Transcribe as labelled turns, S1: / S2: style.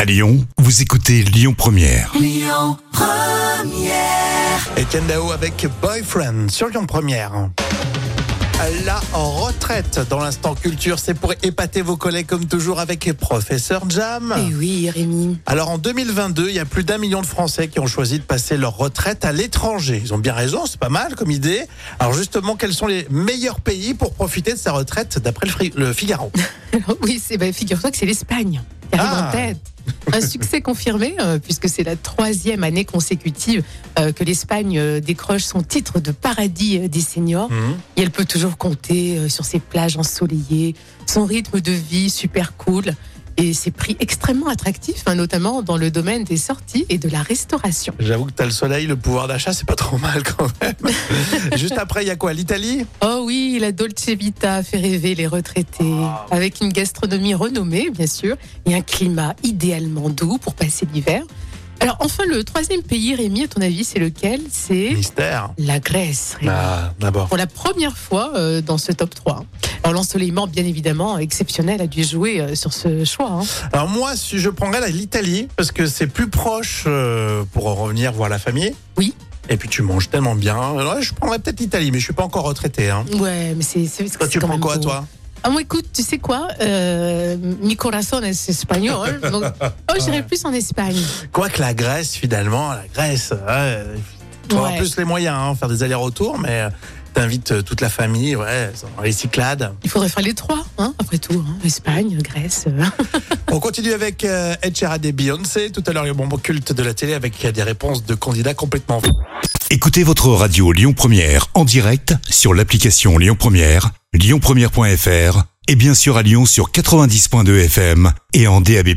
S1: À Lyon, vous écoutez Lyon Première.
S2: Etienne Dao avec Boyfriend sur Lyon Première. La retraite dans l'instant culture, c'est pour épater vos collègues comme toujours avec Professeur Jam.
S3: Eh oui, Rémi.
S2: Alors en 2022, il y a plus d'un million de Français qui ont choisi de passer leur retraite à l'étranger. Ils ont bien raison, c'est pas mal comme idée. Alors justement, quels sont les meilleurs pays pour profiter de sa retraite d'après le, Fri- le Figaro
S3: Alors oui, c'est bah, figure-toi que c'est l'Espagne qui arrive
S2: Ah.
S3: en tête. Un succès confirmé, euh, puisque c'est la troisième année consécutive euh, que l'Espagne euh, décroche son titre de paradis euh, des seniors.
S2: Hmm.
S3: Et elle peut toujours compter euh, sur ses plages ensoleillées, son rythme de vie super cool et ses prix extrêmement attractifs, hein, notamment dans le domaine des sorties et de la restauration.
S2: J'avoue que t'as le soleil, le pouvoir d'achat, c'est pas trop mal quand même. Juste après, il y a quoi L'Italie
S3: Oh oui, la Dolce Vita fait rêver les retraités, avec une gastronomie renommée, bien sûr, et un climat idéalement doux pour passer l'hiver. Alors enfin, le troisième pays, Rémi, à ton avis, c'est lequel C'est
S2: Mystère.
S3: la Grèce. Rémi.
S2: Ah, d'abord.
S3: Pour la première fois euh, dans ce top 3. Alors l'ensoleillement, bien évidemment, exceptionnel, a dû jouer euh, sur ce choix. hein.
S2: Alors moi, si je prendrais la- l'Italie parce que c'est plus proche euh, pour revenir voir la famille.
S3: Oui.
S2: Et puis tu manges tellement bien. Alors, je prendrais peut-être l'Italie, mais je suis pas encore retraité. Hein.
S3: Ouais, mais c'est c'est
S2: Toi,
S3: c'est
S2: tu
S3: quand
S2: prends
S3: même
S2: quoi,
S3: beau.
S2: toi
S3: Ah moi, écoute, tu sais quoi euh, Mi corazón es espagnol. Donc, oh, j'irais plus en Espagne.
S2: Quoi que la Grèce, finalement, la Grèce. Ouais, faut avoir
S3: Ouais.
S2: plus les moyens, hein, faire des allers-retours, mais euh, t'invites euh, toute la famille, ouais, en recyclade.
S3: Il faudrait faire les trois, hein, après tout. hein. Espagne, Grèce. euh.
S2: On continue avec euh, Ed Sheeran et Beyoncé. Tout à l'heure, il y a le moment culte de la télé avec euh, des réponses de candidats complètement fous.
S1: Écoutez votre radio Lyon Première en direct sur l'application Lyon Première, lyonpremière.fr et bien sûr à Lyon sur 90.2 FM et en DAB+.